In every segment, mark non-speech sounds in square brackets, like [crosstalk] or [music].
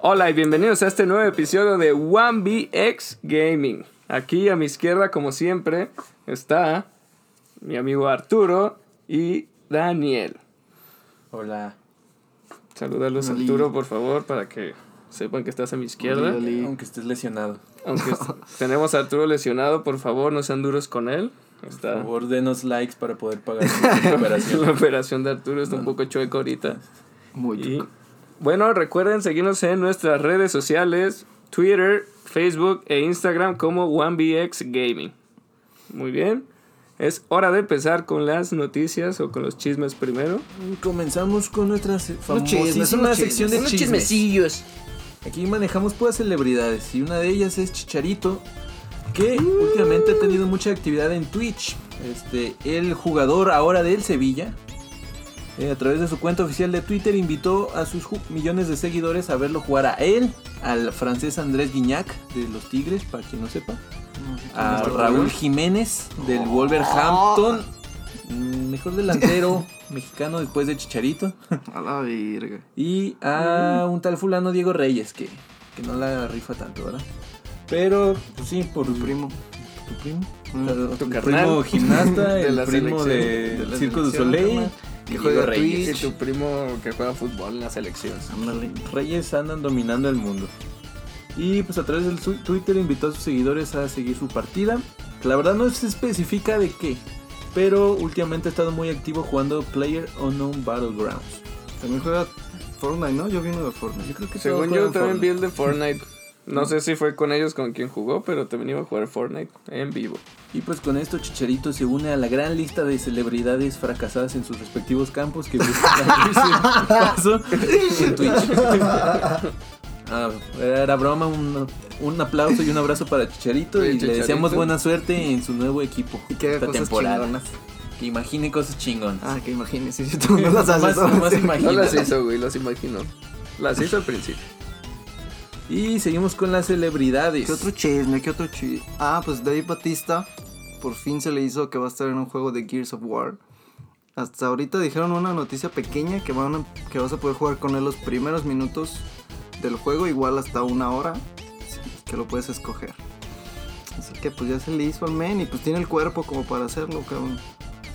Hola y bienvenidos a este nuevo episodio de 1BX Gaming. Aquí a mi izquierda, como siempre, está mi amigo Arturo y Daniel. Hola. Saludalos, Oli. Arturo, por favor, para que sepan que estás a mi izquierda. Oli, oli. Aunque estés lesionado. Aunque [laughs] es- tenemos a Arturo lesionado, por favor, no sean duros con él. Por Está favor, denos likes para poder pagar [laughs] [laughs] su la recuperación. operación de Arturo está un poco chueco ahorita. Muy Y, chuco. bueno, recuerden seguirnos en nuestras redes sociales, Twitter, Facebook e Instagram como 1BX Gaming. Muy bien. Es hora de empezar con las noticias o con los chismes primero. Comenzamos con nuestra se- Unos chismes, famosísima unos sección de chismes, unos chismes. chismecillos. Aquí manejamos puras celebridades y una de ellas es Chicharito, que últimamente ha tenido mucha actividad en Twitch. Este, el jugador ahora del Sevilla, eh, a través de su cuenta oficial de Twitter, invitó a sus ju- millones de seguidores a verlo jugar a él, al francés Andrés Guignac de los Tigres, para quien no sepa. a Nuestro Raúl jugador. Jiménez del Wolverhampton. mm, Mejor delantero [laughs] mexicano después de Chicharito. A la verga. Y a un tal fulano Diego Reyes que, que no la rifa tanto, ¿verdad? Pero, pues sí, por Tu primo. tu primo. Mm, Claro, tu el carnal. primo gimnasta, De el la primo selección, de, de la Circo du selección, Soleil. carnal. y Que Diego juega Y Twitch. tu primo que juega fútbol en la selección. Ándale, Reyes andan dominando el mundo. Y pues a través del su- Twitter invitó a sus seguidores a seguir su partida. Que la verdad no se especifica de qué. Pero últimamente ha estado muy activo jugando Player Unknown Battlegrounds. Pues También juega Fortnite, ¿no? Yo vi uno de Fortnite. Yo creo que Según yo todos juegan también vi Fortnite. el de Fortnite. [laughs] No sé si fue con ellos con quien jugó, pero también iba a jugar Fortnite en vivo. Y pues con esto Chicharito se une a la gran lista de celebridades fracasadas en sus respectivos campos que buscan abrirse paso en Twitch. Ah, era broma, un, un aplauso y un abrazo para Chicharito Sí, y le Chicharito. deseamos buena suerte en su nuevo equipo. Y que haga esta cosas temporada. chingonas. Que imagine cosas chingonas. Ah, que imagínese. [laughs] Si tú no las haces. Nomás- nomás [laughs] No imagina. las hizo, güey, las imagino. Las hizo al principio. Y seguimos con las celebridades. ¿Qué otro chisme? ¿Qué otro chisme? Ah, pues David Batista por fin se le hizo que va a estar en un juego de Gears of War. Hasta ahorita dijeron una noticia pequeña que, van a- que vas a poder jugar con él los primeros minutos del juego, igual hasta una hora, sí, que lo puedes escoger. Así que pues ya se le hizo al men y pues tiene el cuerpo como para hacerlo, cabrón.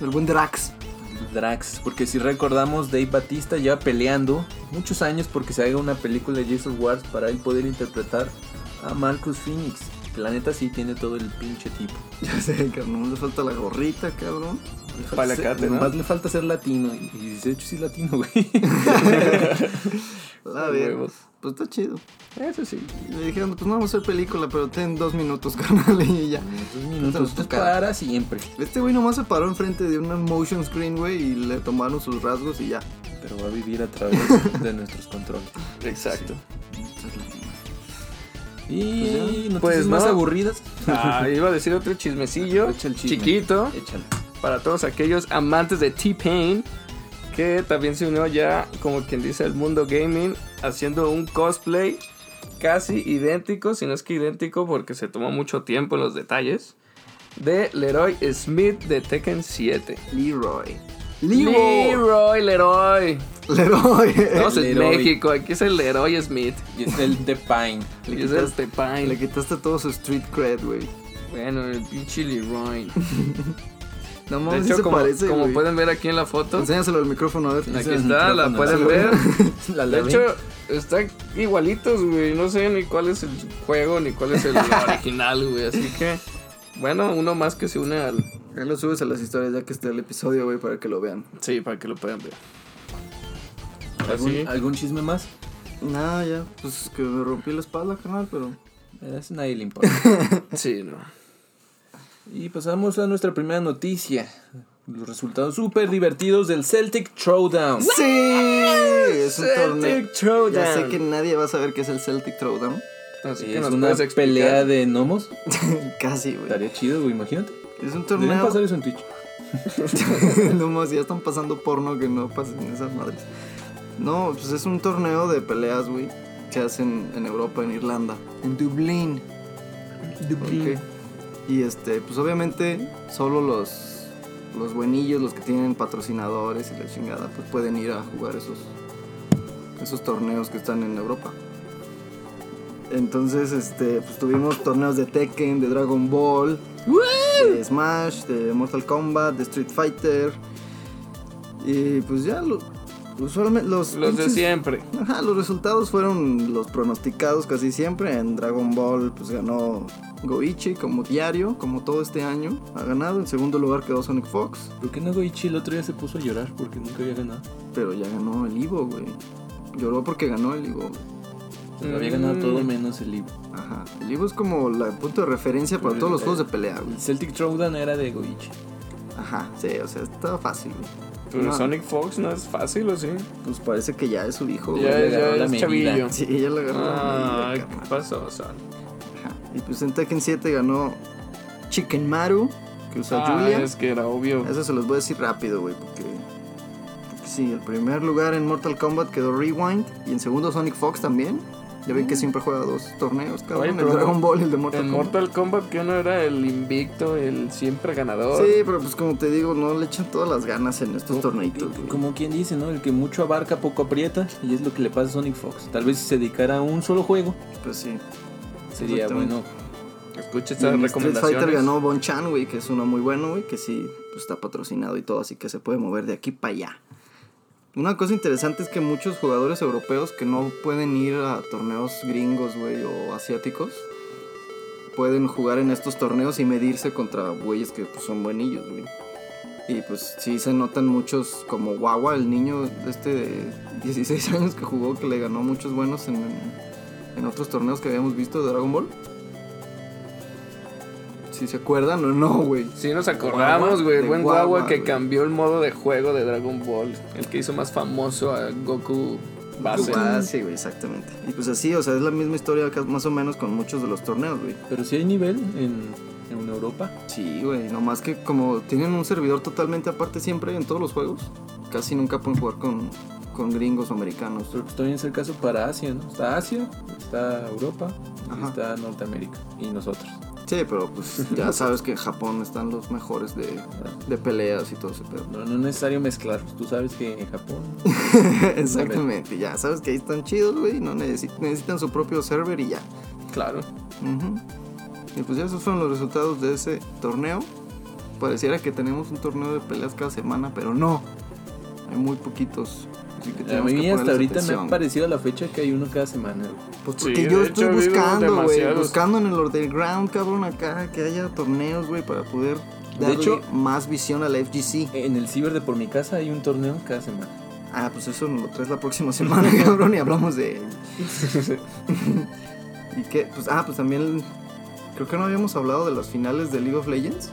El buen Drax. [laughs] Drax, porque si recordamos, Dave Batista ya peleando muchos años porque se haga una película de Jesus Wars para él poder interpretar a Marcus Phoenix. Que la neta sí tiene todo el pinche tipo. Ya sé, cabrón, le falta la gorrita, cabrón. Le falta Palacate, ser- ¿no? Nomás le falta ser latino. Y, y de hecho sí es latino, [laughs] güey. La Ay, verga. huevos. Pues está chido. Eso sí. Y le dijeron, pues no vamos a hacer película, pero ten dos minutos, [laughs] carnal, y ya. Dos minutos. Esto Esto es es para siempre. Este güey nomás se paró enfrente de una motion screen, güey, y le tomaron sus rasgos y ya. Pero va a vivir a través de nuestros controles. Exacto. Y Pues ya. noticias Pues más no. aburridas. [laughs] Ah, iba a decir otro chismecillo Echa el chisme. chiquito Échale. para todos aquellos amantes de T-Pain que también se unió ya, como quien dice, al mundo gaming haciendo un cosplay casi idéntico, si no es que idéntico porque se tomó mucho tiempo en los detalles, de Leroy Smith de Tekken 7. Leroy. [laughs] Leroy, Leroy. Eh, [laughs] Leroy. Estamos en Leroy. México, aquí es el Leroy Smith. Y es el The Pine. Le Y es el quitaste- Tepain. Le quitaste todo su street cred, güey. Bueno, el pinche Leroy. [laughs] No De mames, sí hecho, se como, parece, como güey. pueden ver aquí en la foto, Enséñaselo al micrófono, a ver. aquí el está, la micrófono, pueden ¿no? ver. [laughs] La De Lavin. hecho, están igualitos, güey. No sé ni cuál es el juego ni cuál [laughs] es el original, güey. Así que, bueno, uno más que se une al. Ahí lo subes a las historias ya que esté el episodio, güey, para que lo vean. Sí, para que lo puedan ver. Así. ¿Algún, ¿Algún chisme más? Nada, ya. Pues que me rompí la espalda, carnal, pero... Eh, A eso nadie [laughs] le importa. Sí, no. Y pasamos a nuestra primera noticia. Los resultados súper divertidos del Celtic Throwdown. ¡Sí! Es un torneo. Celtic Throwdown. Ya sé que nadie va a saber qué es el Celtic Throwdown. [laughs] Así que es nos una puedes explicar. pelea de gnomos. Casi, güey. Estaría chido, güey, imagínate. Es un Deberían torneo. pasar eso en Twitch. [laughs] no más, ya están pasando porno que no pasen esas madres. No, pues es un torneo de peleas, güey, que hacen en Europa, en Irlanda, en Dublín. Dublín. ok. Y este, pues obviamente solo los los buenillos, los que tienen patrocinadores y la chingada, pues pueden ir a jugar esos esos torneos que están en Europa. Entonces, este, pues tuvimos torneos de Tekken, de Dragon Ball, de Smash, de Mortal Kombat, de Street Fighter. Y pues ya, lo- usualmente los. Los de pinches- siempre. Ajá, los resultados fueron los pronosticados casi siempre. En Dragon Ball, pues ganó Goichi como diario, como todo este año. Ha ganado. En segundo lugar quedó Sonic Fox, ¿Por qué no Goichi el otro día se puso a llorar? Porque nunca había ganado. pero ya ganó el Ivo, güey. Lloró porque ganó el Ivo. O sea, Había ganado Mm. todo menos el libro. Ajá. El Ivo es como la- el punto de referencia para todos los juegos de pelea, güey. El Celtic Throwdown era de Goichi. Ajá, sí, o sea, estaba fácil, güey. Pero No. Sonic Fox no es fácil, ¿o sí? Pues parece que ya es su hijo, Ya, güey. le es- ya agarró la es medida. chavillo. Sí, ya le agarró. la Ah, medida, ¿qué carnal. pasó, Sonic? Ajá. Y pues en Tekken 7 ganó Chicken Maru, que usa Ah, Julia. es que era obvio. Eso se los voy a decir rápido, güey, porque, porque sí, el primer lugar en Mortal Kombat quedó Rewind y en segundo Sonic Fox también. Ya ven que siempre juega dos torneos, cabrón, Mm. Oye, el pero- Dragon Ball y el de Mortal En Kombat. Mortal Kombat que uno era el invicto, el siempre ganador. Sí, pero pues como te digo, no le echan todas las ganas en estos torneitos, güey. eh, Como quien dice, ¿no? El que mucho abarca, poco aprieta. Y es lo que le pasa a Sonic Fox. Tal vez si se dedicara a un solo juego, Pues sí. sería Exactamente. bueno. Escucha Y estas en Street recomendaciones. Fighter ganó Bon Chan, güey, que es uno muy bueno, güey, que sí pues, está patrocinado y todo, así que se puede mover de aquí para allá. Una cosa interesante es que muchos jugadores europeos que no pueden ir a torneos gringos, güey, o asiáticos, pueden jugar en estos torneos y medirse contra güeyes que pues, son buenillos, güey. Y pues sí se notan muchos, como Guagua, el niño este de 16 [laughs] años que jugó, que le ganó muchos buenos en, en otros torneos que habíamos visto de Dragon Ball. Si se acuerdan o no, güey. Sí nos acordamos, Guagua, güey, el de buen Guagua Guagua, que güey. cambió el modo de juego de Dragon Ball, el que hizo más famoso a Goku base. Ah, sí, güey, exactamente. Y pues así, o sea, es la misma historia acá, más o menos con muchos de los torneos, güey. Pero si hay nivel en, en Europa. Sí, güey, nomás que como tienen un servidor totalmente aparte siempre en todos los juegos, casi nunca pueden jugar con, con gringos o americanos. Creo que estoy en el caso para Asia, ¿no? Está Asia, está Europa, y Ajá. está Norteamérica. Y nosotros. Sí, pero pues [laughs] ya sabes que en Japón están los mejores de, de peleas y todo ese pedo. No, no es necesario mezclarlos. Tú sabes que en Japón. [laughs] Exactamente, ya sabes que ahí están chidos, güey, no necesi- necesitan su propio server y ya. Claro. Ujú. Y pues ya esos fueron los resultados de ese torneo. Pareciera que tenemos un torneo de peleas cada semana, pero no. Hay muy poquitos. Así [laughs] que A tenemos mí que hasta ponerles ahorita me atención. ha parecido a la fecha que hay uno cada semana. güey. Pues Sí, porque de hecho, yo estoy ha habido buscando, güey. demasiados. Buscando en el underground, cabrón, acá, que haya torneos, güey, para poder darle hecho- más visión a la FGC. En el ciber de por mi casa hay un torneo cada semana. Ah, pues eso nos lo traes la [laughs] próxima semana, cabrón, y hablamos de él. y que, pues, ah, pues también creo que no habíamos hablado de las finales de League of Legends.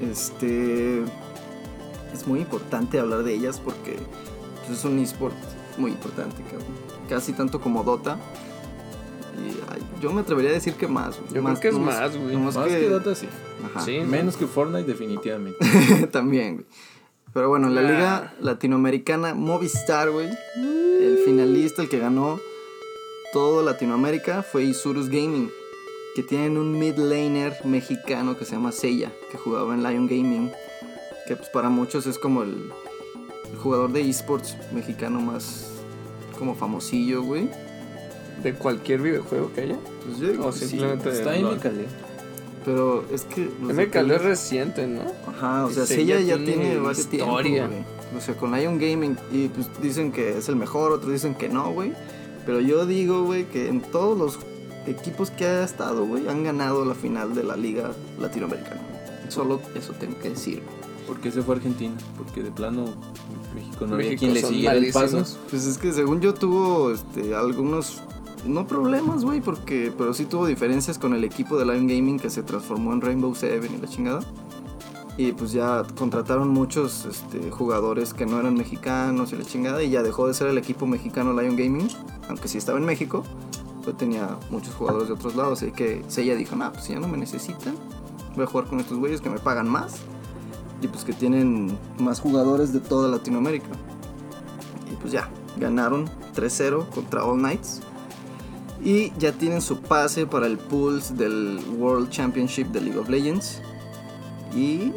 Este es muy importante hablar de ellas porque pues, es un esport muy importante, cabrón. Casi tanto como Dota. Y ay, yo me atrevería a decir que más, güey. Yo creo que es más, güey. nomás Más que, Dota, sí. Ajá. Sí. Menos que Fortnite, [laughs] definitivamente. También, güey. Pero bueno, la Nah. liga latinoamericana Movistar, güey. El finalista, el que ganó todo Latinoamérica fue Isurus Gaming. Que tienen un mid laner mexicano que se llama Seiya, que jugaba en Lion Gaming. Que pues para muchos es como el, el jugador de esports mexicano más como famosillo, güey. De cualquier videojuego que haya. Pues yo digo O que sí, simplemente de Está en LOL. mi calidad. Pero es que... los de MKL es reciente, ¿no? Ajá, o sea, Ese sí, ya, ya ya tiene tiene varios tiempo, historia. güey. O sea, con Lion Gaming, y pues dicen que es el mejor, otros dicen que no, güey. Pero yo digo, güey, que en todos los equipos que ha estado, güey, han ganado la final de la Liga Latinoamericana. Solo eso tengo que decir. ¿Por qué se fue a Argentina? Porque de plano México no había México quien le son siguiera el malísimos. paso. Pues es que según yo tuvo este, algunos, no problemas, güey, porque, pero sí tuvo diferencias con el equipo de Lion Gaming que se transformó en Rainbow Seven y la chingada. Y pues ya contrataron muchos este, jugadores que no eran mexicanos y la chingada. Y ya dejó de ser el equipo mexicano Lion Gaming, aunque sí estaba en México. Pero tenía muchos jugadores de otros lados. Así que Sella dijo, nah, pues ya no me necesitan. Voy a jugar con estos güeyes que me pagan más. Y pues que tienen más jugadores de toda Latinoamérica. Y pues ya, ganaron 3-0 contra All Knights. Y ya tienen su pase para el Pulse del World Championship de League of Legends. Y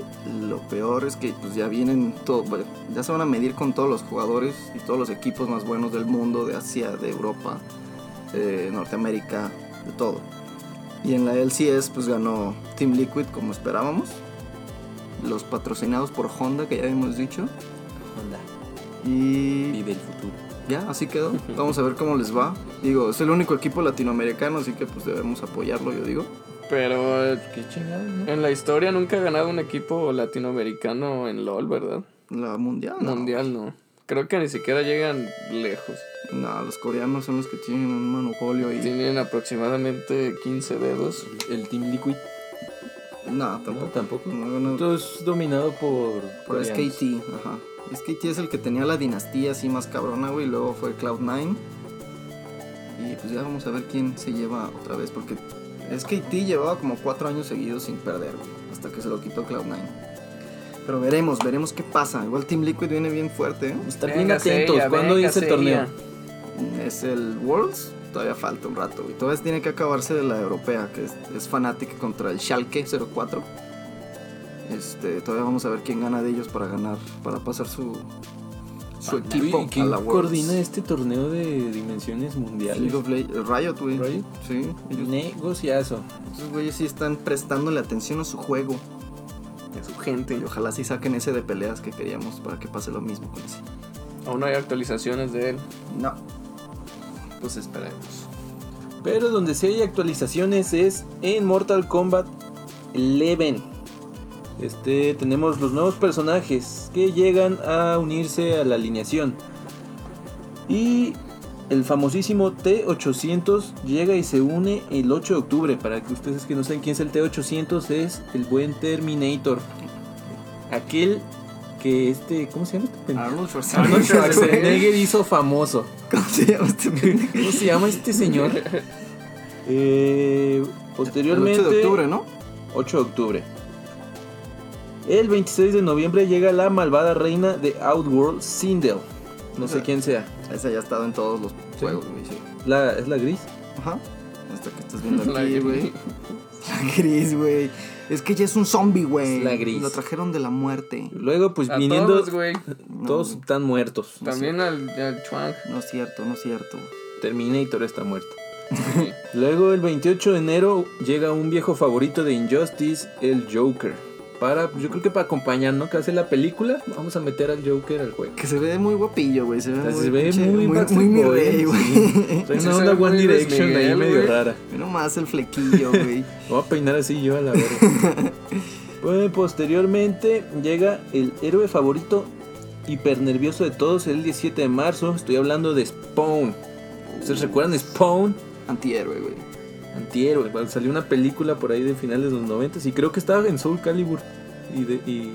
lo peor es que pues ya vienen todo, bueno, ya se van a medir con todos los jugadores y todos los equipos más buenos del mundo, de Asia, de Europa. eh, Norteamérica, de todo. Y en la LCS pues ganó Team Liquid como esperábamos. Los patrocinados por Honda que ya hemos dicho. Onda, Y vive el futuro. ya, así quedó. Vamos a ver cómo les va. Digo, es el único equipo latinoamericano, así que pues debemos apoyarlo, yo digo. Pero eh, Qué chingado, ¿no? en la historia nunca ha ganado un equipo latinoamericano en LOL, ¿verdad? La mundial. No, Mundial no. Creo que ni siquiera llegan lejos. No, los coreanos son los que tienen un monopolio y... Tienen aproximadamente 15 dedos. El Team Liquid. No, No, tampoco. tampoco. No, no, Todo es dominado por. Por coreanos. SKT, ajá. SKT es el que tenía la dinastía así más cabrona, güey. y Luego fue Cloud9. Y pues ya vamos a ver quién se lleva otra vez. Porque SKT llevaba como cuatro años seguidos sin perder, güey. Hasta que se lo quitó Cloud9. Pero veremos, veremos qué pasa. Igual Team Liquid viene bien fuerte, ¿eh? Estar bien Venga, atentos. Seiya, ¿Cuándo venga, dice el Seiya. torneo? Es el Worlds. Todavía falta un rato, güey. Todavía tiene que acabarse de la europea, que es, es Fnatic contra el Schalke 04. Este, todavía vamos a ver quién gana de ellos para ganar, para pasar su, su equipo Oye, ¿Quién a la Worlds. coordina este torneo de dimensiones mundiales? League of Le- Riot, güey. Riot. Sí, ellos, Negociazo. esos güeyes sí están prestándole atención a su juego. A su gente. Y ojalá sí saquen ese de peleas que queríamos para que pase lo mismo con ese. Aún no hay actualizaciones de él. No. Pues esperemos. Pero donde sí hay actualizaciones es en Mortal Kombat 11. Este, tenemos los nuevos personajes que llegan a unirse a la alineación. Y el famosísimo T800 llega y se une el 8 de octubre. Para que ustedes que no saben quién es el T800, es el buen Terminator. Aquel que este, ¿cómo se llama? este pendejo? Arnold Schwarzenegger. Arnold Schwarzenegger hizo famoso. [laughs] ¿Cómo se llama este [laughs] pendejo? ¿Cómo se llama este señor? Eh, posteriormente. El 8 de octubre, ¿no? 8 de octubre. El 26 de noviembre llega la malvada reina de Outworld, Sindel. No sé quién sea. Esa ya ha estado en todos los juegos, güey. sí. La, ¿Es la gris? Ajá. Esta que estás viendo La aquí, gris. güey. La gris, güey. Es que ya es un zombie, güey. Es la gris. Lo trajeron de la muerte. Luego, pues A viniendo. todos, güey. todos están muertos. También al, al Chuang. No es cierto, no es cierto. Terminator está muerto. Luego, el 28 de enero, llega un viejo favorito de Injustice, el Joker. Para, yo creo que para acompañar, ¿no? Que hace la película, vamos a meter al Joker al juego. Que se ve muy guapillo, Ah, güey. Se ve O sea, muy, se ve pinche- muy muy, Backstreet muy mi Boys, rey, [laughs] Trae güey. Sí, una se onda ve muy One Luis Direction ahí Miguel, medio güey. rara. Mira nomás el flequillo, güey. Me voy a peinar así yo a la verga. [laughs] Bueno, posteriormente llega el héroe favorito hipernervioso de todos el 17 de marzo. Estoy hablando de Spawn. ¿Ustedes recuerdan Spawn? Antihéroe, güey. Antihéroe. Bueno, salió una película por ahí de finales de los 90 y creo que estaba en Soul Calibur. Y, de- y,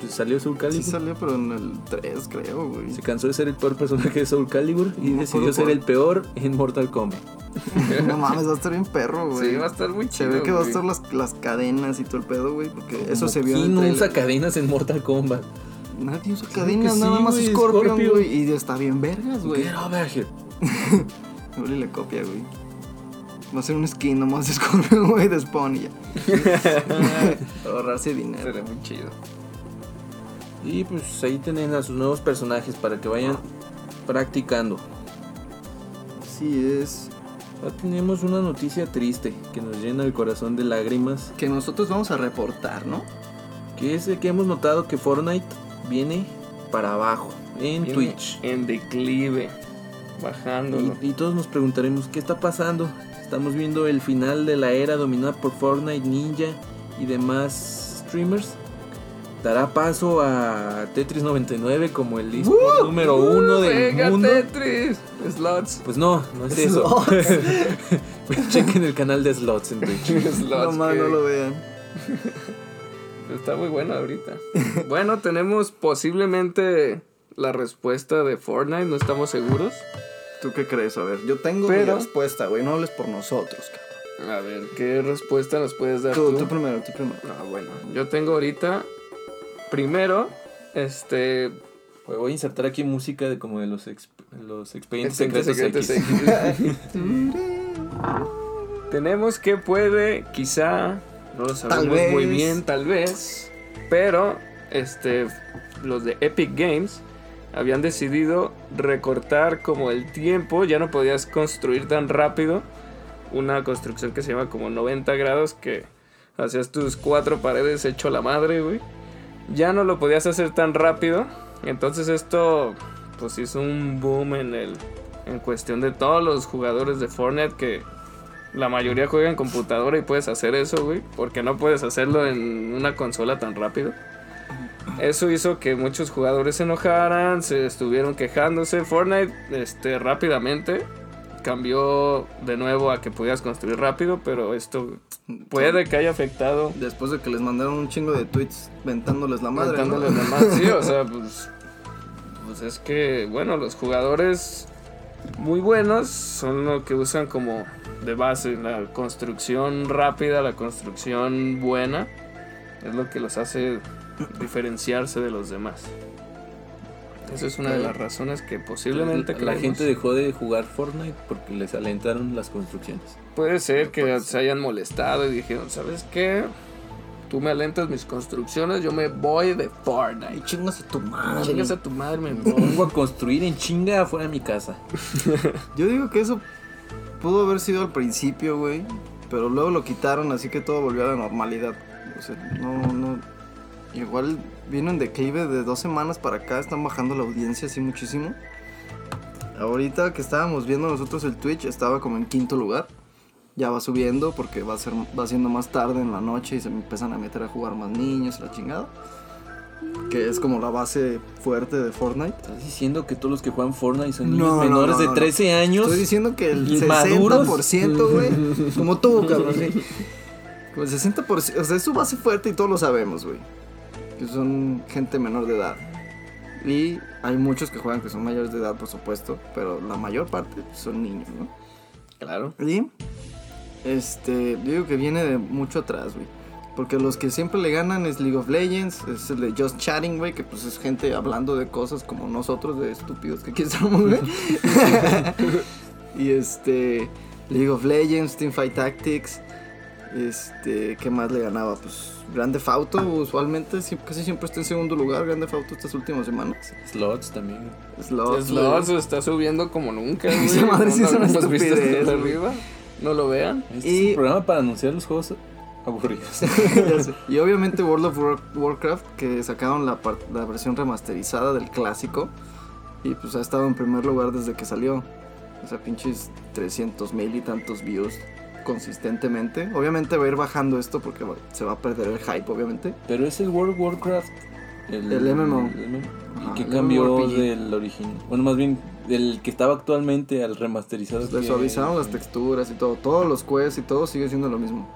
pues, salió Soul Sí Calibur. salió, pero en el 3, creo, güey. se cansó de ser el peor personaje de Soul Calibur y No me decidió acuerdo ser por- el peor en Mortal Kombat. No mames, va a estar bien perro, güey. Sí, va a estar muy Se chido. ve que va a güey. estar las, las cadenas y todo el pedo, güey. Porque eso Como se vio en el ¿Quién trailer. usa cadenas en Mortal Kombat? Nadie usa Claro cadenas, que sí, nada más güey, Scorpion, Scorpion. güey. Y está bien vergas, güey. Get over here. Uri le copia, güey. Va a ser un skin nomás de [laughs] Scorpion, güey, de Spawn y [laughs] ya. Ahorrarse Se dinero. ve muy chido. Y pues ahí tienen a sus nuevos personajes para que vayan practicando. Sí, es. Ahora tenemos una noticia triste que nos llena el corazón de lágrimas, Que nosotros vamos a reportar, ¿no? que es de que hemos notado que Fortnite viene para abajo en Viene Twitch. En declive. Bajándolo. Y, y todos nos preguntaremos qué está pasando. Estamos viendo el final de la era dominada por Fortnite, Ninja y demás streamers. Dará paso a Tetris 99 como el eSport número uno del Venga, mundo. Tetris. [laughs] Slots. Pues no, no es eso. [laughs] Chequen el canal de slots en Twitch. Slots. No más, que- no lo vean. Está muy bueno ahorita. bueno, tenemos posiblemente la respuesta de Fortnite, no estamos seguros. ¿Tú qué crees? A ver, yo tengo Pero- mi respuesta, güey. No hables por nosotros, cabrón. A ver, ¿qué respuesta nos puedes dar tú? Tú, tú primero, tú primero. Ah, bueno, yo tengo ahorita, primero, este... Pues voy a insertar aquí música de como de los, exp- los expedientes Secretos, secretos secretos, X. secretos. tenemos que puede, quizá, no lo sabemos Tal muy vez. bien, tal vez, pero, este, los de Epic Games habían decidido recortar como el tiempo, ya no podías construir tan rápido una construcción que se llama como 90 grados, que hacías tus cuatro paredes hecho la madre, güey. Ya no lo podías hacer tan rápido, entonces esto pues hizo un boom en el en cuestión de todos los jugadores de Fortnite que la mayoría juega en computadora y puedes hacer eso, güey, porque no puedes hacerlo en una consola tan rápido. Eso hizo que muchos jugadores se enojaran, se estuvieron quejándose. Fortnite este, rápidamente cambió de nuevo a que podías construir rápido, pero esto puede que haya afectado. Después de que les mandaron un chingo de tweets ventándoles la madre. ¿no? contándoles nada más. Sí, o sea, pues, pues es que, bueno, los jugadores muy buenos son los que usan como de base la construcción rápida, la construcción buena. Es lo que los hace diferenciarse de los demás. Esa es una de las razones que posiblemente la creemos- gente dejó de jugar Fortnite porque les alentaron las construcciones. Puede ser que se hayan molestado y dijeron, ¿sabes qué? Tú me alentas mis construcciones, yo me voy de Y Fortnite. chingas a tu madre. Chingas a tu madre, me voy. Vengo a construir en chinga afuera de mi casa. Yo digo que eso pudo haber sido al principio, güey. Pero luego lo quitaron, así que todo volvió a la normalidad. O sea, no, no. Igual vino en declive de dos semanas para acá, están bajando la audiencia así muchísimo. Ahorita que estábamos viendo nosotros el Twitch, estaba como en quinto lugar. Ya va subiendo porque va, a ser, va siendo más tarde en la noche y se empiezan a meter a jugar más niños, la chingada. Que es como la base fuerte de Fortnite. ¿Estás diciendo que todos los que juegan Fortnite son No, niños no, menores no, no. de 13 años? Estoy diciendo que el ¿Inmaduros? 60%, güey. Como [laughs] tú, cabrón. sí. Como el 60%. O sea, es su base fuerte y todos lo sabemos, güey. Que son gente menor de edad. Y hay muchos que juegan que son mayores de edad, por supuesto. Pero la mayor parte son niños, ¿no? Claro. Y este, yo digo que viene de mucho atrás, güey. Porque los que siempre le ganan es League of Legends, es el de Just Chatting, güey, que pues es gente hablando de cosas como nosotros, de estúpidos que [laughs] aquí estamos, güey. y este, League of Legends, Teamfight Tactics, este, ¿qué más le ganaba? Pues Grande Fauto, usualmente, sí, casi siempre está en segundo lugar Grande Fauto estas últimas semanas. Slots también. Slots, Slots güey. Pues está subiendo como nunca. güey. [laughs] Esa madre sí No es una lo hemos visto estupidez, hasta güey. arriba. No lo vean. Este Y- es un programa para anunciar los juegos aburridos. [laughs] [laughs] Ya sé. y obviamente World of War- Warcraft, que sacaron la, par- la versión remasterizada del clásico. Y pues ha estado en primer lugar desde que salió. O sea, pinches 300 mil y tantos views consistentemente. Obviamente va a ir bajando esto porque va- se va a perder el hype, obviamente. Pero es el World of Warcraft. El, El MMO. y Ajá, que el cambió MMORPG. del original. Bueno, más bien del que estaba actualmente al remasterizado. Le que- suavizaron las texturas y todo. Todos los quests y todo sigue siendo lo mismo.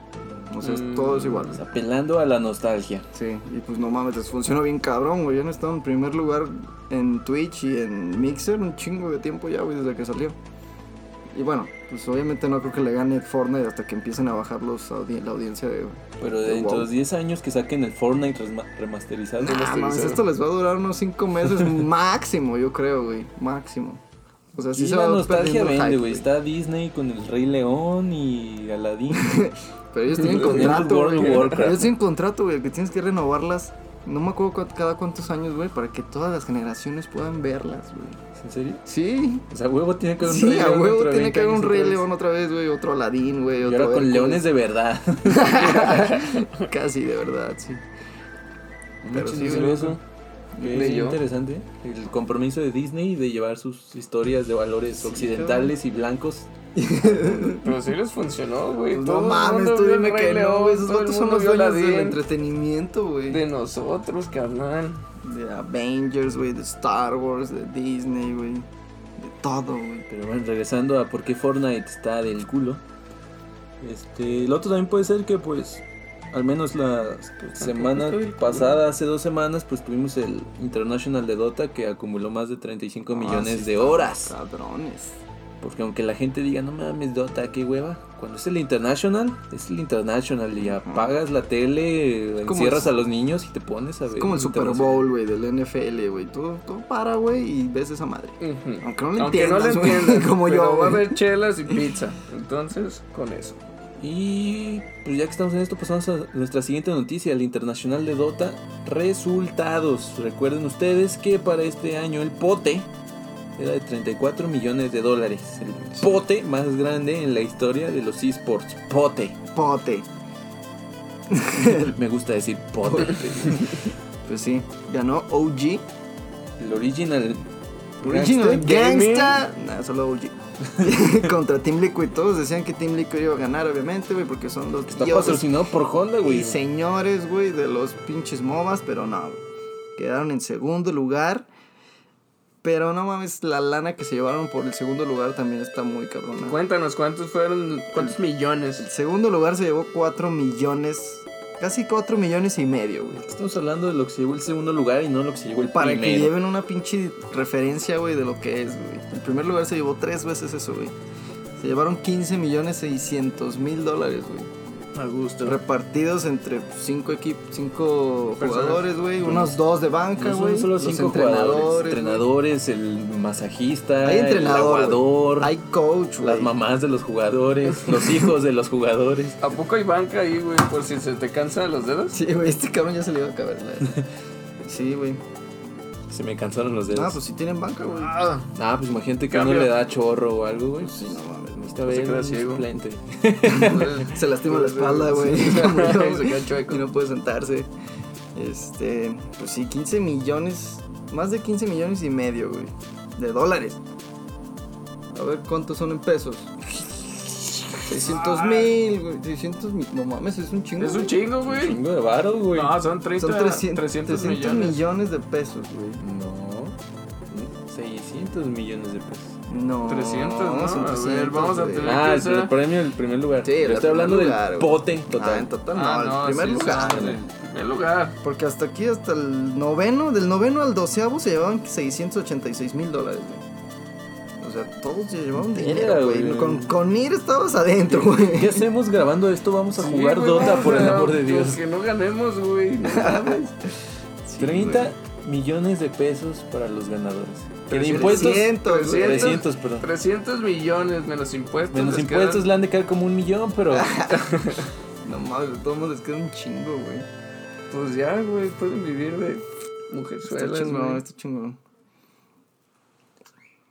O sea, es- todo es Mm, igual. O sea, Apelando a la nostalgia. Sí, y pues no mames, les funcionó bien cabrón, güey. Ya han estado en primer lugar en Twitch y en Mixer un chingo de tiempo ya, güey, desde que salió. Y bueno, pues obviamente no creo que le gane Fortnite hasta que empiecen a bajar los audi- la audiencia de... Pero Wow. Ah, dentro de los 10 años que saquen el Fortnite resma- remasterizado. Nah, estoy mames, seguro. esto les va a durar unos 5 meses [laughs] máximo, yo creo, güey. Máximo. O sea, sí y se la va nostalgia perdiendo el vende, hype, güey. Está Disney con el Rey León y [laughs] Aladdin. Pero ellos tienen Tenemos [laughs] contrato, World of güey. Warcraft. Ellos tienen contrato, güey, que tienes que renovarlas. No me acuerdo cu- cada cuántos años, güey, para que todas las generaciones puedan verlas, güey. ¿En serio? Sí, O sea, huevo tiene que haber un Rey Sí, a León huevo dentro de tiene 20 que haber un años Rey otra vez. León otra vez, güey. Otro Aladín, güey. Y otro ahora con Hércules. [laughs] leones de verdad. Casi, de verdad, sí. Pero [laughs] Mucho sí, güey. eso. Que Leí Es yo. interesante el compromiso de Disney de llevar sus historias de valores occidentales y blancos. Pero sí les funcionó, güey. Pues Todo no el mames, mundo tú vio el dime Rey que no, León, güey. Esos todo el vatos son mundo los vio dueños del Aladdin, entretenimiento, güey. De De... nosotros, carnal. Avengers, güey. De Star Wars, de Disney, güey. De todo, güey. Pero bueno, regresando a por qué Fortnite está del culo. Este, el otro también puede ser que pues al menos la semana está del culo. pasada, hace dos semanas, pues tuvimos el International de Dota que acumuló más de 35 Ah, millones sí, de están horas. Cabrones. Porque aunque la gente diga, no mames, Dota, qué hueva. Cuando es el International, es el International y apagas la tele, como encierras el- a los niños y te pones a ver. Es como el Super International. Bowl, güey. Del NFL, güey. Todo, todo para, güey. Y ves esa madre. Ujú. Aunque no Aunque le no entiendas, le güey, entiendan, [laughs] como pero yo, va a güey. haber chelas y pizza. Entonces, con eso. Y pues ya que estamos en esto, pasamos a nuestra siguiente noticia, el internacional de Dota. Resultados. Recuerden ustedes que para este año el pote era de 34 millones de dólares. El pote más grande en la historia de los esports. [laughs] Pote. Pote. Me gusta decir pote. Pues sí, ganó OG. El original. Original Gangsta Gangsta. Nah, solo OG. [laughs] Contra Team Liquid. Todos decían que Team Liquid iba a ganar, obviamente, güey, porque son los Está dioses patrocinado por Honda, güey. y señores, güey, de los pinches MOBAs, pero no, güey. Quedaron en segundo lugar. Pero no mames, la lana que se llevaron por el segundo lugar también está muy cabrona. Cuéntanos cuántos fueron, cuántos El millones. segundo lugar se llevó 4 millones, casi 4 millones y medio, güey. Estamos hablando de lo que se llevó el segundo lugar y no lo que se llevó el Para que primero. lleven una pinche referencia, güey, de lo que es, güey. El primer lugar se llevó tres veces eso, güey. Se llevaron 15 millones 600 mil dólares, güey. A gusto. Repartidos entre cinco equipos, cinco Personas. jugadores, güey. Unos dos de banca, No güey. son solo los cinco entrenadores, jugadores, güey. entrenadores, el masajista, Hay el entrenador, aguador, Hay coach, las güey. mamás de los jugadores, los hijos de los jugadores. ¿A poco hay banca ahí, güey, por si se te cansan los dedos? Sí, güey, este cabrón ya se le iba a acabar la... [laughs] Sí, güey. Se me cansaron los dedos. Ah, pues sí tienen banca, güey. Ah, Ah, pues imagínate que uno Cambio. le da chorro o algo, güey. Pues Sí, no mames. Esta se vez queda un ciego. suplente. [laughs] Se lastima la espalda, güey. Sí. [laughs] Se murió, Se queda chueco. Y no puede sentarse. Este, pues sí, 15 millones, más de 15 millones y medio, güey, de dólares. A ver cuántos son en pesos. 600 mil, güey, 600 mil, no mames, es un chingo. Ah. es un güey. chingo, güey. Chingo de varo, güey. No, son 30, Son 300, 300 300 millones. de pesos, güey. No. 600 millones de pesos. No, 300, ¿no? son A ver, 300, vamos a güey. tener- Ah, empieza- el premio, el primer lugar. Sí, Yo el estoy primer hablando lugar, del güey. pote Ah, total. en total, no, Ah, el no, primer sí, lugar, sí, güey. En primer lugar. Porque hasta aquí, hasta el noveno, del noveno al doceavo se llevaban 686 mil dólares, güey. O sea, todos se llevaban Verga, dinero, güey. güey. Con, con ir estabas adentro, güey. ¿Qué hacemos grabando esto? Vamos a Sí, jugar güey, Dota, vamos por el a- amor de pues, Dios. Que no ganemos, [laughs] güey. No mames. Sí, 30 millones de pesos para los ganadores. En güey. impuestos, 300, güey. 300, perdón. 300 millones menos impuestos. Menos les impuestos quedan- le han de caer como un millón, pero No mames, de todos modos les queda un chingo, güey. Pues ya, güey, pueden vivir de Está mujerzuelas, chingón, güey. está chingón.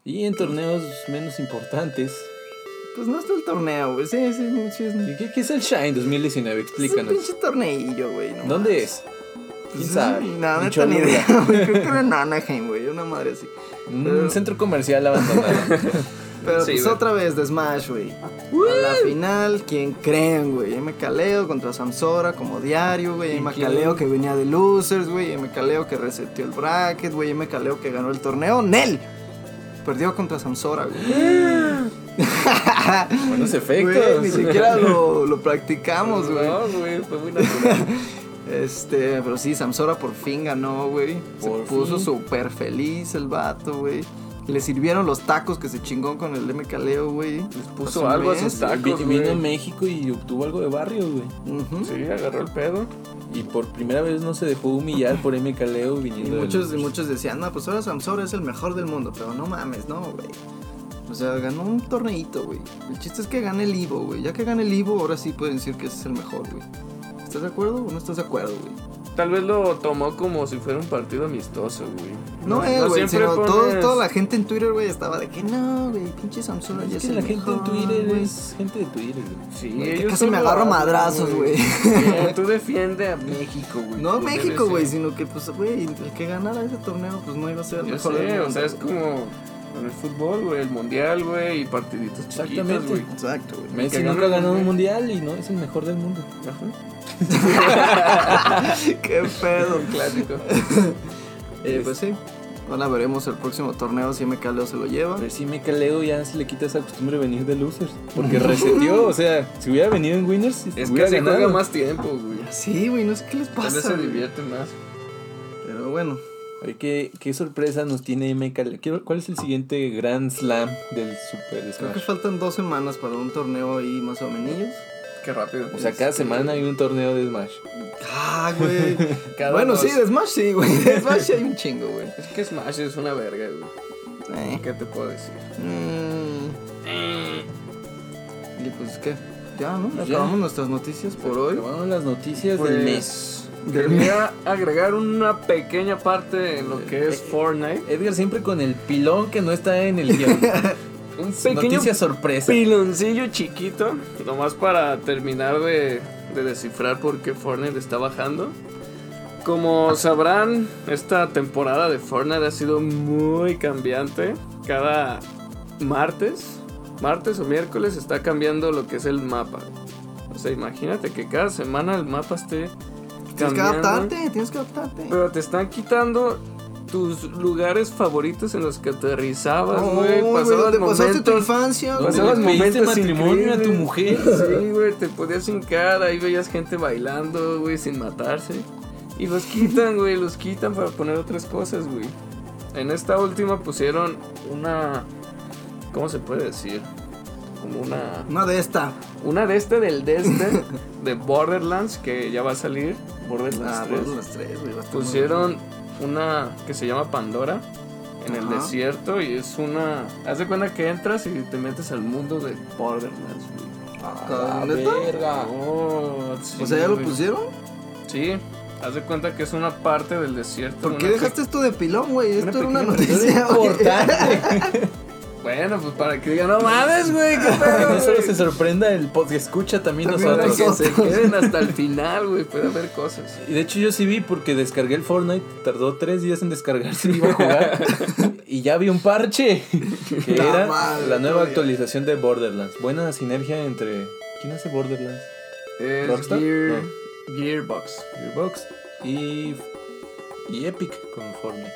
Y en torneos menos importantes. Pues no está el torneo, güey. Sí, sí, no, sí. Es un ¿Qué, qué es el Shine 2019? Explícanos. pinche torneillo, güey. no ¿Dónde mames. es? Pues, ¿Quién sí, sabe? No, En no tengo ni Cholula. idea, güey. Creo que era en Anaheim, güey. Una madre así. Un centro comercial abandonado. Pero Sí, pues güey. otra vez de Smash, güey. A la final, ¿quién creen, güey? M. Caleo contra Samsora como diario, güey. M. Caleo que venía de losers, güey. M. Caleo que reseteó el bracket, güey. M. Caleo que ganó el torneo. ¡Nel! Perdió contra Samsora, güey. Buenos Güey, efectos. ni [laughs] siquiera lo, lo practicamos, güey. No, güey, fue muy natural. Este, pero sí, Samsora por fin ganó, güey. Se Por puso fin. súper feliz el vato, güey. Le sirvieron los tacos que se chingó con el M. Caleo, güey. Les puso algo a sus tacos, Vi- Vino güey. a México y obtuvo algo de barrio, güey. Sí, agarró el pedo. Y por primera vez no se dejó humillar por M. Caleo Y viniendo. del- muchos, y muchos decían, no, pues ahora Samsora es el mejor del mundo, pero no mames, no, güey. O sea, ganó un torneito, güey. El chiste es que gane el Ivo, güey. Ya que gane el Ivo, ahora sí pueden decir que ese es el mejor, güey. ¿Estás de acuerdo o no estás de acuerdo, güey? Tal vez lo tomó como si fuera un partido amistoso, güey. No, él, güey, siempre sino todo- pones- toda la gente en Twitter, güey, estaba de que no, güey, pinche Samsora Es ya es que el la gente en mejor, Twitter güey". es gente de Twitter, güey. Sí, Güey, que ellos casi son me agarro raros, madrazos, güey. No, Tú defiende a México, güey. No Tú México, debes güey, ser- sino que, pues, güey, el que ganara ese torneo, pues no iba a ser el Ya mejor del sé, mundo. o sea, es güey. como en el fútbol, güey, el mundial, güey, y partiditos chiquitos, Exactamente. güey. Exacto, güey. Messi que nunca ganó ha ganado el- un mundial y no es el mejor del mundo. Ajá. [laughs] Qué pedo. Un [laughs] clásico. Eh, pues sí. Ahora veremos el próximo torneo si M. Caleo se lo lleva. A ver si me caleo ya se le quita esa costumbre de venir de losers. Porque reseteó, o sea, si hubiera venido en winners, Es que hubiera se juega ganado. más tiempo, güey. Sí, güey, no sé qué les Tal vez pasa. se güey. divierte más. Pero bueno, A ver qué, qué sorpresa nos tiene M. Caleo. Quiero- ¿Cuál es el siguiente Grand Slam del Super creo que Smash? faltan dos semanas para un torneo ahí más o menos. Qué rápido. O sea, cada semana hay un torneo de Smash. Ah, güey. [laughs] Cada bueno, dos. sí, de Smash sí, [laughs] güey. De Smash sí hay un chingo, güey. Es que Smash es una verga, güey. Eh. ¿Qué te puedo decir? Mm. Y pues, ¿qué? Eh. Ya, ¿no? ya. Acabamos nuestras noticias por hoy. Acabaron las noticias Pues, del mes. Quería agregar una pequeña parte en lo que es Eh, Fortnite. Edgar siempre con el pilón que no está en el guión. Un pequeño Noticia sorpresa. piloncillo chiquito, nomás para terminar de, de descifrar por qué Fortnite está bajando. Como sabrán, esta temporada de Fortnite ha sido muy cambiante. Cada martes, martes o miércoles está cambiando lo que es el mapa. O sea, imagínate que cada semana el mapa esté Tienes que cambiando. adaptarte, tienes que adaptarte. Pero te están quitando tus lugares favoritos en los que aterrizabas, No, güey. güey, pasabas te pasaste tu momentos- infancia, güey. ¿Dónde Pasabas le pediste momentos matrimonio a tu increíbles. mujer? Sí, güey, te podías hincar, ahí veías gente bailando, güey, sin matarse. Y los quitan, güey, los quitan para poner otras cosas, güey. En esta última pusieron una... ¿Cómo se puede decir? Como una... Una de esta. Una de este del de [laughs] este, de Borderlands, que ya va a salir. Borderlands Ah, 3. pues, las tres, güey. va a estar muy Pusieron una que se llama Pandora en el Ajá. desierto y es una... Haz de cuenta que entras y te metes al mundo de Borderlands, güey. A la ¿Neta? verga. Oh, sí, Ah. O sea, ya lo güey. pusieron. Sí, haz de cuenta que es una parte del desierto. ¿Por una qué que- dejaste esto de pilón, güey? Esto era una pequeña [laughs] [laughs] noticia, güey. Bueno, pues para que digan, no mames, [laughs] güey, [laughs] qué pedo. No solo güey". se sorprenda el podcast, escucha también También Para nosotros. que se nosotros. queden hasta el final, güey, puede haber cosas. Y de hecho yo sí vi porque descargué el Fortnite, tardó tres días en descargarse y iba a jugar. y ya vi un parche que La era madre, la nueva todavía. actualización de Borderlands. Buena sinergia entre... ¿Quién hace Borderlands? Es ¿Rockstar? Gear- Gearbox. Gearbox y, y Epic con Fortnite.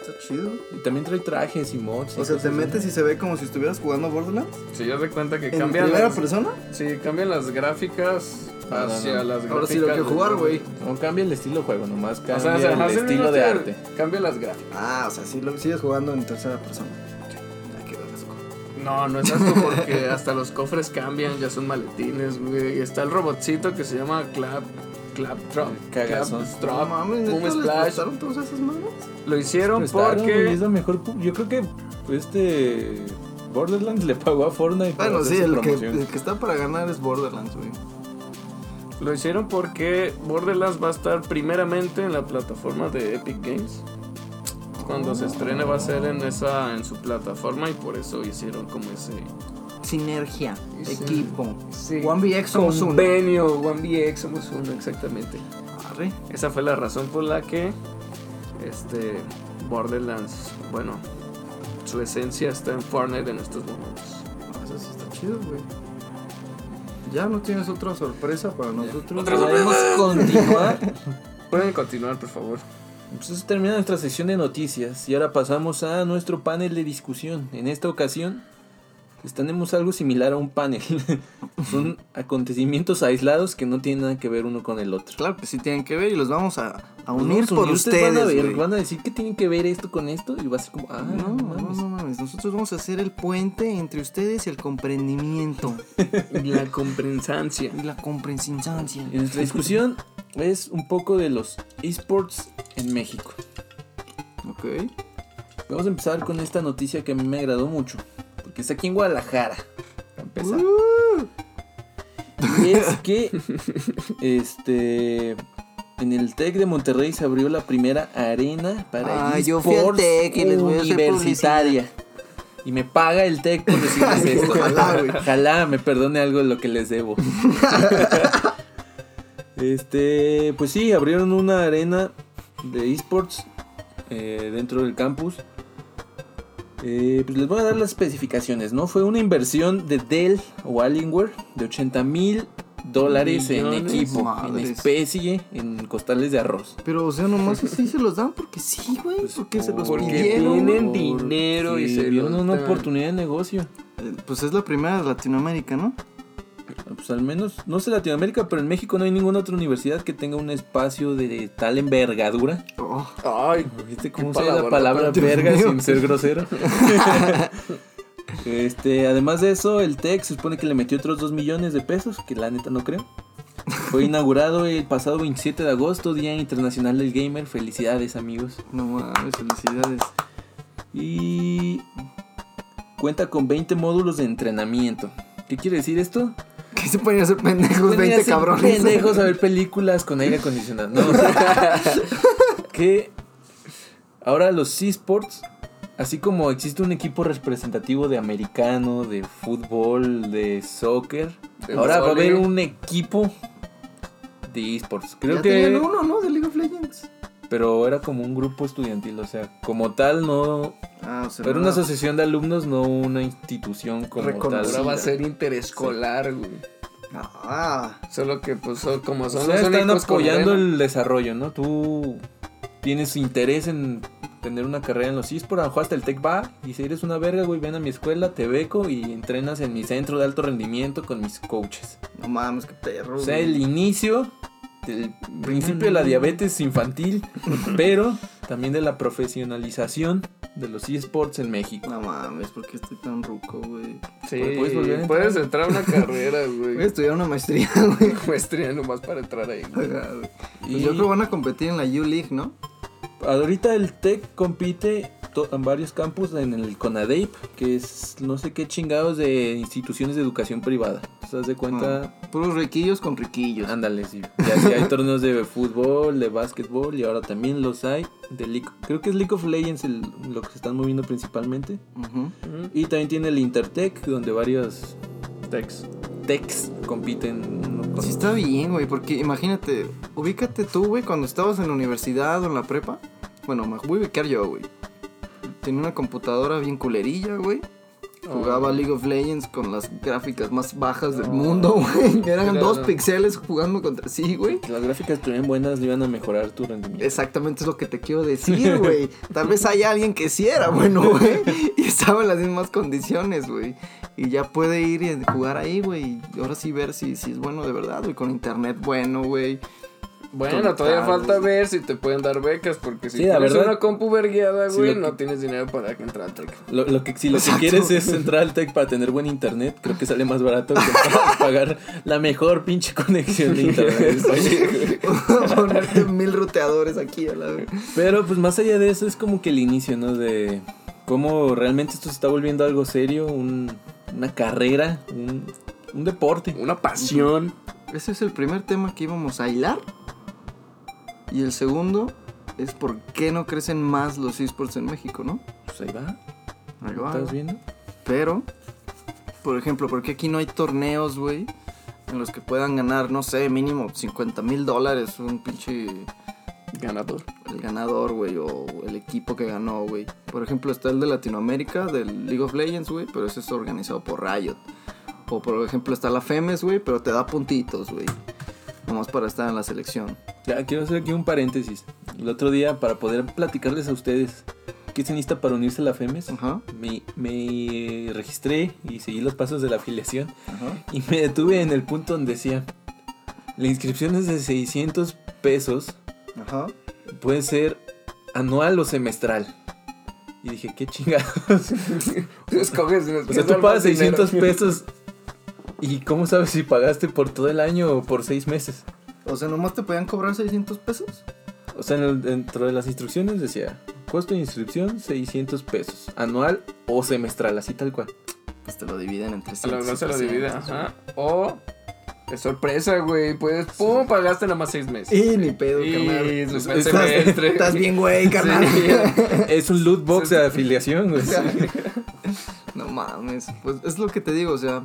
Está chido. Y también trae trajes y mods. y O sea, te cosas metes y se ve como si estuvieras jugando a Borderlands. Si yo de cuenta que En cambian primera las, persona. sí, cambian las gráficas No, no, hacia no. las gráficas. Ahora sí lo que del- jugar, güey. así. No cambia el estilo de juego, nomás cambia O sea, se el hace el estilo de arte. Cambia las gráficas. Ah, o sea, sí lo sigues jugando en tercera persona. Ya quedó asco. No, no es asco porque [laughs] hasta los cofres cambian, ya son maletines, güey. Y Está el robotcito que se llama Clap. Claptrap. Cagazón. No Clapstrap. mames, Boom ¿neta les Splash. prestaron todas esas manos? Lo hicieron Prestaron, güey, porque. es la mejor pub- Yo creo que este Borderlands le pagó a Fortnite. para Bueno, hacer sí, su el que, eh, promoción. el que está para ganar es Borderlands, güey. Lo hicieron porque Borderlands va a estar primeramente en la plataforma de Epic Games. Cuando se estrene va a ser en esa en su plataforma y por eso hicieron como ese Sinergia, Sí. equipo. sí. 1BX somos uno. convenio, 1BX somos uno exactamente. Arre. Esa fue la razón por la que este Borderlands, bueno, su esencia está en Fortnite en estos momentos. Ah, Eso sí está chido, güey. Ya no tienes otra sorpresa para nosotros. Podemos continuar. Pueden continuar, por favor. [laughs] Pues eso termina nuestra sección de noticias y ahora pasamos a nuestro panel de discusión. En esta ocasión pues, tenemos algo similar a un panel. [laughs] Son acontecimientos aislados que no tienen nada que ver uno con el otro. Pues Claro que sí tienen que ver y los vamos a, a Vamos unir a por ustedes. van a, ver, güey. van a decir que tienen que ver esto con esto y va a ser como, ah, No, no, no, mames. no mames. Nosotros vamos a hacer el puente entre ustedes y el comprendimiento [laughs] La comprensancia. y la comprensizancia. Y nuestra [laughs] discusión es un poco de los esports en México. Ok. Vamos a empezar con esta noticia que a mí me agradó mucho, porque está aquí en Guadalajara. Para empezar. Uh. Uh. Y [laughs] es que este en el Tec de Monterrey se abrió la primera arena para Ah, yo fui al esports Tec y les voy a hacer universitaria. Y me paga el Tec por [laughs] decirles esto. Ojalá, güey. Ojalá me perdone algo de lo que les [laughs] debo. este, pues sí, abrieron una arena de esports eh, dentro del campus. Eh, pues les voy a dar las especificaciones, ¿no? Fue una inversión de Dell o Alienware de 80 mil dólares en Millones. equipo, en Madres. especie, en costales de arroz. Pero, o sea, nomás así se los dan porque sí, güey. Pues, Pues, porque se los porque pidieron. tienen- dinero y se vieron los una dan. oportunidad de negocio. Eh, Pues es la primera de Latinoamérica, ¿no? Pues al menos, no sé Latinoamérica, pero en México no hay ninguna otra universidad que tenga un espacio de tal envergadura. Oh, Ay, ¿Viste cómo Qué usé la palabra, palabra Dios verga mío. sin ser grosero? [laughs] este, además de eso, el TEC se supone que le metió otros 2 millones de pesos, que la neta no creo. [laughs] Fue inaugurado el pasado 27 de agosto, Día Internacional del Gamer. Felicidades, amigos. no mames, felicidades. Y cuenta con 20 módulos de entrenamiento. ¿Qué quiere decir esto? [laughs] que se ponían a ser pendejos, 20 Ponías en cabrones. Pendejos a ver películas con aire acondicionado. No, o sea, [laughs] que ahora los esports, así como existe un equipo representativo de americano, de fútbol, de soccer, De ahora va a haber voleibol. un equipo de esports. Creo [laughs] Ya que, tenían uno, ¿no? De League of Legends. pero era como un grupo estudiantil, o sea, como tal no, Ah, o sea, era una no. asociación de alumnos, no una institución como Reconocida. Ahora tal. va a ser interescolar, güey. Ah, Solo que, pues, son- como O son sea, los están únicos con apoyando vena, el desarrollo, ¿no? Tú tienes interés en tener una carrera en los esports, a lo mejor hasta el tech va y si eres una verga, güey, ven a mi escuela, te beco y entrenas en mi centro de alto rendimiento con mis coaches. no mames, qué perro. O sea, güey. el inicio, el principio de la diabetes infantil, pero también de la profesionalización de los esports en México. No mames, ¿por qué estoy tan ruco, güey? Sí, puedes volver a Pues, puedes entrar Pues- a [laughs] una carrera, Voy a güey. estudiar una maestría, [laughs] güey. Maestría nomás para entrar ahí, güey. Oiga, güey. Pues Y Yo creo que van a competir en la U-League, ¿no? Ahorita el TEC compite to- en varios campus en el CONADEIP, que es no sé qué chingados de instituciones de educación privada. ¿Te das de cuenta? Ah, Ah. Puros riquillos con riquillos. Ándale, sí. Y así hay torneos de fútbol, de básquetbol y ahora también los hay de League- Creo que es League of Legends el- lo que se están moviendo principalmente. Ujú. Ujú. Y también tiene el Intertec, donde varios Tex. TECs compiten. uno con otro. Sí está bien, güey, porque imagínate, ubícate tú, güey, cuando estabas en la universidad o en la prepa. Bueno, me voy a ubicar yo, güey. Tenía una computadora bien culerilla, güey. Ah. Jugaba League of Legends con las gráficas más bajas del No. mundo, [laughs] güey. Eran Pero dos no. pixeles jugando contra sí, güey. Si las gráficas estuvieran buenas, le iban a mejorar tu rendimiento. Exactamente es lo que te quiero decir, güey. Tal vez haya alguien que sí era bueno, güey. Y estaba en las mismas condiciones, güey. Y ya puede ir y jugar ahí, güey. Y ahora sí ver si, si es bueno de verdad, güey. Con internet bueno, güey. [laughs] Bueno, todavía Conectados. falta ver si te pueden dar becas, porque si Sí, la tienes verdad. una compu vergueada, Sí, güey, lo que- no tienes dinero para que entrar al Tec. Lo, lo que, si lo que Exacto. quieres es entrar al tech para tener buen internet, creo que sale más barato [laughs] que pa- pagar la mejor pinche conexión de internet. [laughs] Oye, Ponerte mil ruteadores aquí a la vez. Pero pues más allá de eso es como que el inicio, ¿no? De cómo realmente esto se está volviendo algo serio, un- una carrera, un, un deporte. Una pasión. Ese es el primer tema que íbamos a hilar. Y el segundo es por qué no crecen más los esports en México, ¿no? Pues ahí va, Ahí ¿lo va, estás güey. viendo? Pero, por ejemplo, ¿por qué aquí no hay torneos, güey? En los que puedan ganar, no sé, mínimo 50 mil dólares un pinche... [laughs] Ganador. El ganador, güey, o el equipo que ganó, güey. Por ejemplo, está el de Latinoamérica, del League of Legends, güey, pero ese es organizado por Riot. O por ejemplo, está la FEMES, güey, pero te da puntitos, güey. Nomás para estar en la selección. Ya, quiero hacer aquí un paréntesis. El otro día para poder platicarles a ustedes qué se necesita para unirse a la FEMES. Ajá. Me, me registré y seguí los pasos de la afiliación. Ajá. Y me detuve en el punto donde decía, la inscripción es de 600 pesos, Ajá. puede ser anual o semestral. Y dije, qué chingados. Escoges. O sea, tú pagas 600 pesos y ¿cómo sabes si pagaste por todo el año o por seis meses? O sea, nomás te podían cobrar 600 pesos. O sea, en el- dentro de las instrucciones decía, costo de inscripción 600 pesos, anual o semestral, así tal cual. Pues te lo dividen [laughs] entre A lo 100. mejor se lo divide, ajá. O, de sorpresa, güey, pues, pum, pagaste nada más seis meses. Y ni pedo, Y carnal. su Es- semestre. Estás bien, güey, carnal. Sí. [laughs] Es un loot box de afiliación, güey. No mames, pues es lo que te digo, o sea,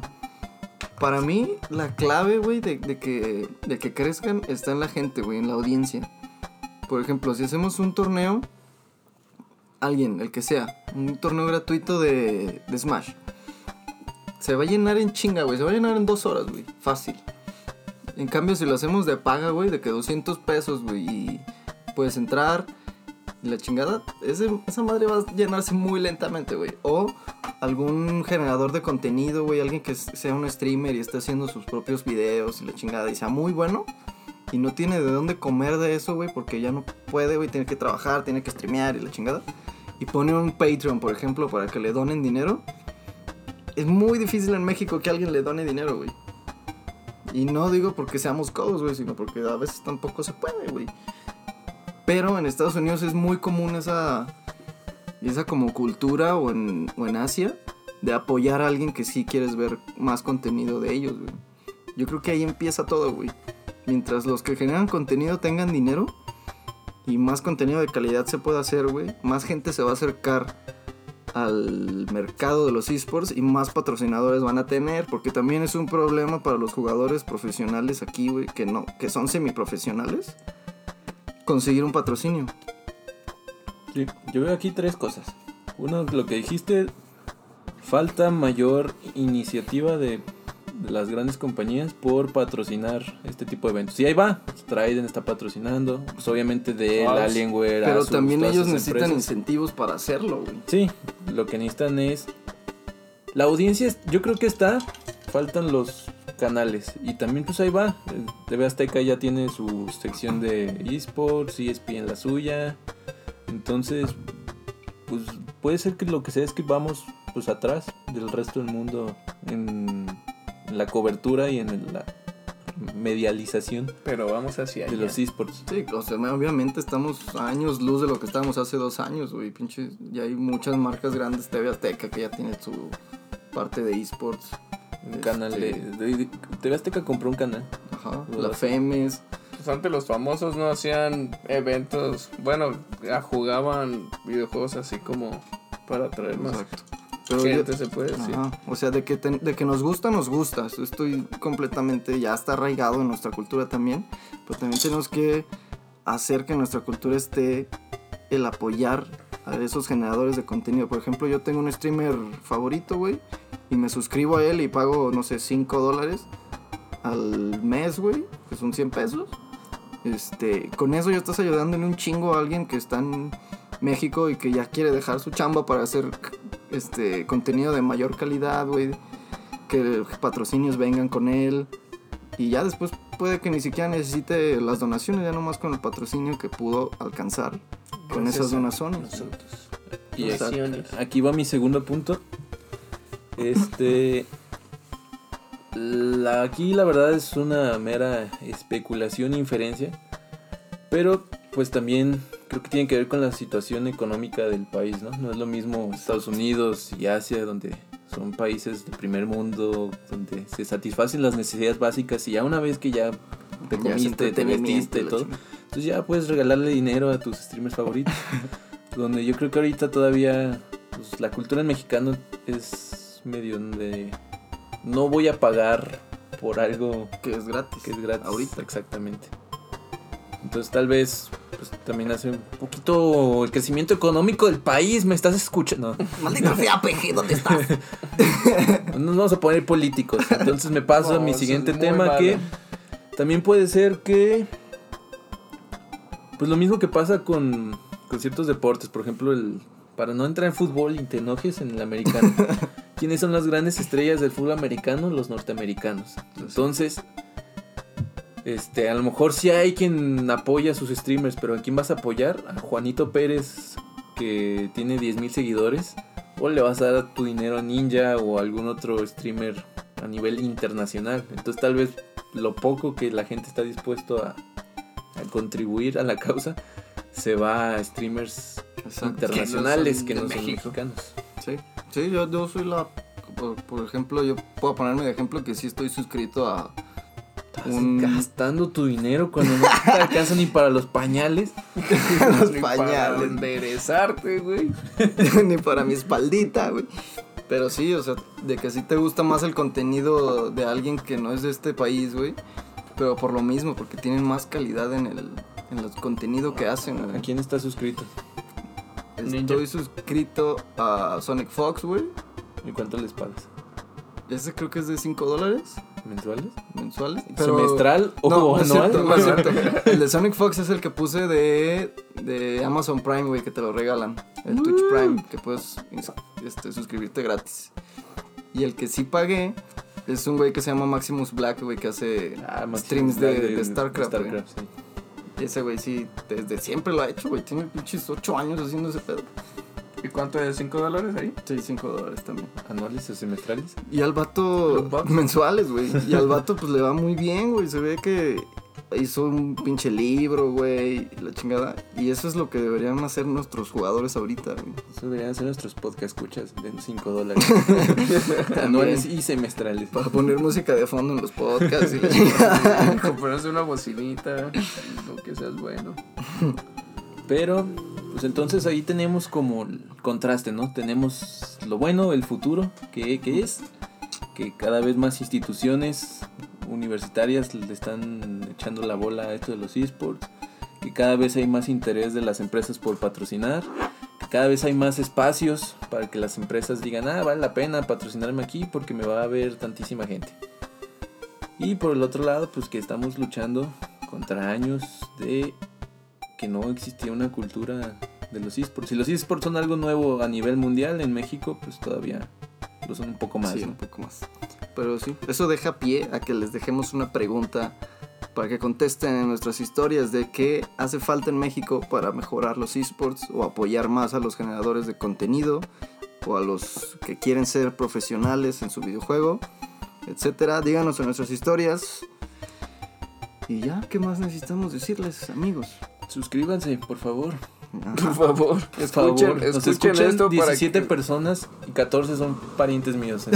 para mí la clave, güey, de, de que, de que crezcan está en la gente, güey, en la audiencia. Por ejemplo, si hacemos un torneo, alguien, el que sea, un torneo gratuito de, de Smash, se va a llenar en chinga, güey, se va a llenar en dos horas, güey, fácil. En cambio, si lo hacemos de paga, güey, de que 200 pesos, güey, y puedes entrar, y la chingada, ese- esa madre va a llenarse muy lentamente, güey. O algún generador de contenido, güey, alguien que s- sea un streamer y esté haciendo sus propios videos y la chingada y sea muy bueno y no tiene de dónde comer de eso, güey, porque ya no puede, güey, tiene que trabajar, tiene que streamear y la chingada. Y pone un Patreon, por ejemplo, para que le donen dinero. Es muy difícil en México que alguien le done dinero, güey. Y no digo porque seamos codos, güey, sino porque a veces tampoco se puede, güey. Pero en Estados Unidos es muy común esa, esa como cultura o en, o en Asia de apoyar a alguien que sí quieres ver más contenido de ellos, güey. Yo creo que ahí empieza todo, güey. Mientras los que generan contenido tengan dinero y más contenido de calidad se pueda hacer, güey, más gente se va a acercar al mercado de los esports y más patrocinadores van a tener, porque también es un problema para los jugadores profesionales aquí, güey, que no, que son semiprofesionales, conseguir un patrocinio. Sí, yo veo aquí tres cosas. Uno, lo que dijiste, falta mayor iniciativa de, de las grandes compañías por patrocinar este tipo de eventos. Y ahí va, Trident está patrocinando, pues obviamente de Ah, sí. Alienware, Pero Asus, también todas ellos esas necesitan empresas. incentivos para hacerlo, güey. Sí, lo que necesitan es... La audiencia es- yo creo que está, faltan los canales. Y también pues ahí va, eh, TV Azteca ya tiene su sección de esports, E ESPN la suya. Entonces, pues puede ser que lo que sea es que vamos pues atrás del resto del mundo en, en la cobertura y en la medialización Pero vamos hacia de allá. los esports. Sí, o sea, obviamente estamos a años luz de lo que estábamos hace dos años, güey. Pinche, ya hay muchas marcas grandes, TV Azteca, que ya tiene su parte de esports. Un canal de, de- de- TV Azteca compró un canal. Ajá, Lo la hace. FEMES. Pues antes los famosos no hacían eventos, bueno, ah, jugaban videojuegos así como para atraer más Exacto. Pero yo- gente, se puede decir. Ajá, O sea, de que, ten- de que nos gusta, nos gusta. Eso Estoy completamente, ya está arraigado en nuestra cultura también. Pero también tenemos que hacer que en nuestra cultura esté el apoyar a esos generadores de contenido. Por ejemplo, yo tengo un streamer favorito, güey. Y me suscribo a él y pago, no sé, 5 dólares al mes, güey. Que son 100 pesos. Este, con eso ya estás ayudando en un chingo a alguien que está en México y que ya quiere dejar su chamba para hacer este contenido de mayor calidad, güey. Que patrocinios vengan con él. Y ya después puede que ni siquiera necesite las donaciones, ya nomás con el patrocinio que pudo alcanzar con Gracias esas a donaciones. Nosotros. Y Las aquí, acciones. aquí va mi segundo punto. Este. la- aquí la verdad es una mera especulación e inferencia. Pero pues también creo que tiene que ver con la situación económica del país, ¿no? No es lo mismo Estados Unidos y Asia, donde son países de primer mundo, donde se satisfacen las necesidades básicas y ya una vez que ya te Ya es comiste, te entretenimiento vestiste y la todo, chingada. entonces ya puedes regalarle dinero a tus streamers favoritos. [laughs] donde yo creo que ahorita todavía pues, la cultura en mexicano es medio donde no voy a pagar por algo Que es gratis. que es gratis. Ahorita. Exactamente. Entonces tal vez pues, también hace un poquito el crecimiento económico del país. ¿Me estás [laughs] escuchando? [laughs] Maldita sea, PG, ¿dónde estás? No, nos vamos a poner políticos. Entonces me paso a No, eso Oh, mi es siguiente muy tema malo. [laughs] que también puede ser que... Pues lo mismo que pasa con, con ciertos deportes. Por ejemplo, el, para no entrar en fútbol y te enojes en el americano. ¿Quiénes son las grandes estrellas del fútbol americano? Los norteamericanos. Entonces, este, a lo mejor sí hay quien apoya a sus streamers, pero ¿a quién vas a apoyar? ¿A Juanito Pérez que tiene 10.000 seguidores? ¿O le vas a dar tu dinero a Ninja o a algún otro streamer a nivel internacional? Entonces tal vez lo poco que la gente está dispuesto a, a contribuir a la causa se va a streamers Exacto. internacionales son que de no son, México. mexicanos. Sí, sí yo, yo soy la. Por, por ejemplo, yo puedo ponerme de ejemplo que sí estoy suscrito a. Estás Un- gastando tu dinero cuando no te alcanza ni para los pañales. Los Ni Para pañales. enderezarte, güey. [laughs] ni para mi espaldita, güey. Pero sí, o sea, de que sí te gusta más el contenido de alguien que no es de este país, güey. Pero por lo mismo, porque tienen más calidad en el, en el contenido que hacen, ¿A güey. quién estás suscrito? Estoy suscrito a Sonic Fox, güey. ¿Y cuánto les pagas? Ese creo que es de 5 dólares ¿Mensuales? mensuales. ¿Semestral o no, no es anual? cierto, no es cierto. [laughs] El de Sonic Fox es el que puse de, de Amazon Prime, güey, que te lo regalan. El Twitch Prime, que puedes ins- este, suscribirte gratis. Y el que sí pagué es un güey que se llama Maximus Black, güey, que hace [laughs] Ah, Maximus streams de, Black de StarCraft, güey. sí. Ese güey sí, desde siempre lo ha hecho, güey. Tiene pinches 8 años haciendo ese pedo. ¿Y cuánto es? ¿5 dólares ahí? Sí, 5 dólares también. ¿Anuales o semestrales? Y al Los vato bucks. mensuales, güey. Y al vato pues le va muy bien, güey. Se ve que hizo un pinche libro, güey, y la chingada. Y eso es lo que deberían hacer nuestros jugadores ahorita, güey. Eso deberían ser nuestros podcast escuchas de 5 [laughs] dólares [laughs] anuales y semestrales. Para poner música de fondo en los podcasts y [laughs] la chingada. Comprarse una bocinita, lo que seas bueno. Pero, pues entonces ahí tenemos como el contraste, ¿no? Tenemos lo bueno, el futuro, que, que es que cada vez más instituciones universitarias le están echando la bola a esto de los esports, que cada vez hay más interés de las empresas por patrocinar, que cada vez hay más espacios para que las empresas digan, ah, vale la pena patrocinarme aquí porque me va a ver tantísima gente. Y por el otro lado, pues que estamos luchando contra años de que no existía una cultura de los esports. Si los esports son algo nuevo a nivel mundial en México, pues todavía lo son un poco más. Sí, ¿no? un poco más. Pero sí, eso deja pie a que les dejemos una pregunta para que contesten en nuestras historias de qué hace falta en México para mejorar los esports o apoyar más a los generadores de contenido o a los que quieren ser profesionales en su videojuego, etcétera. Díganos en nuestras historias. Y ya, ¿qué más necesitamos [laughs] decirles, amigos? [laughs] Suscríbanse, por favor. Ajá. Por favor, Por escuchen, favor. escuchen, Nos escuchan esto 17 para personas y 14 son [laughs] parientes míos. ¿eh?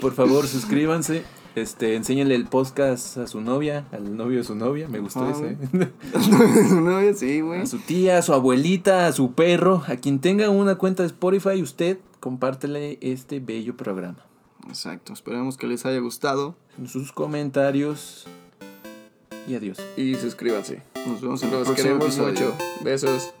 por favor, suscríbanse. Este, enséñenle el podcast a su novia, al novio de su novia, me gustó Ajá, ese. no, sí, [laughs] güey. A su tía, a su abuelita, a su perro, a quien tenga una cuenta de Spotify, usted compártele este bello programa. Exacto, esperemos que les haya gustado. En sus comentarios y adiós. que... Y suscríbanse. Nos vemos en el Los próximo queremos episodio. mucho. Besos.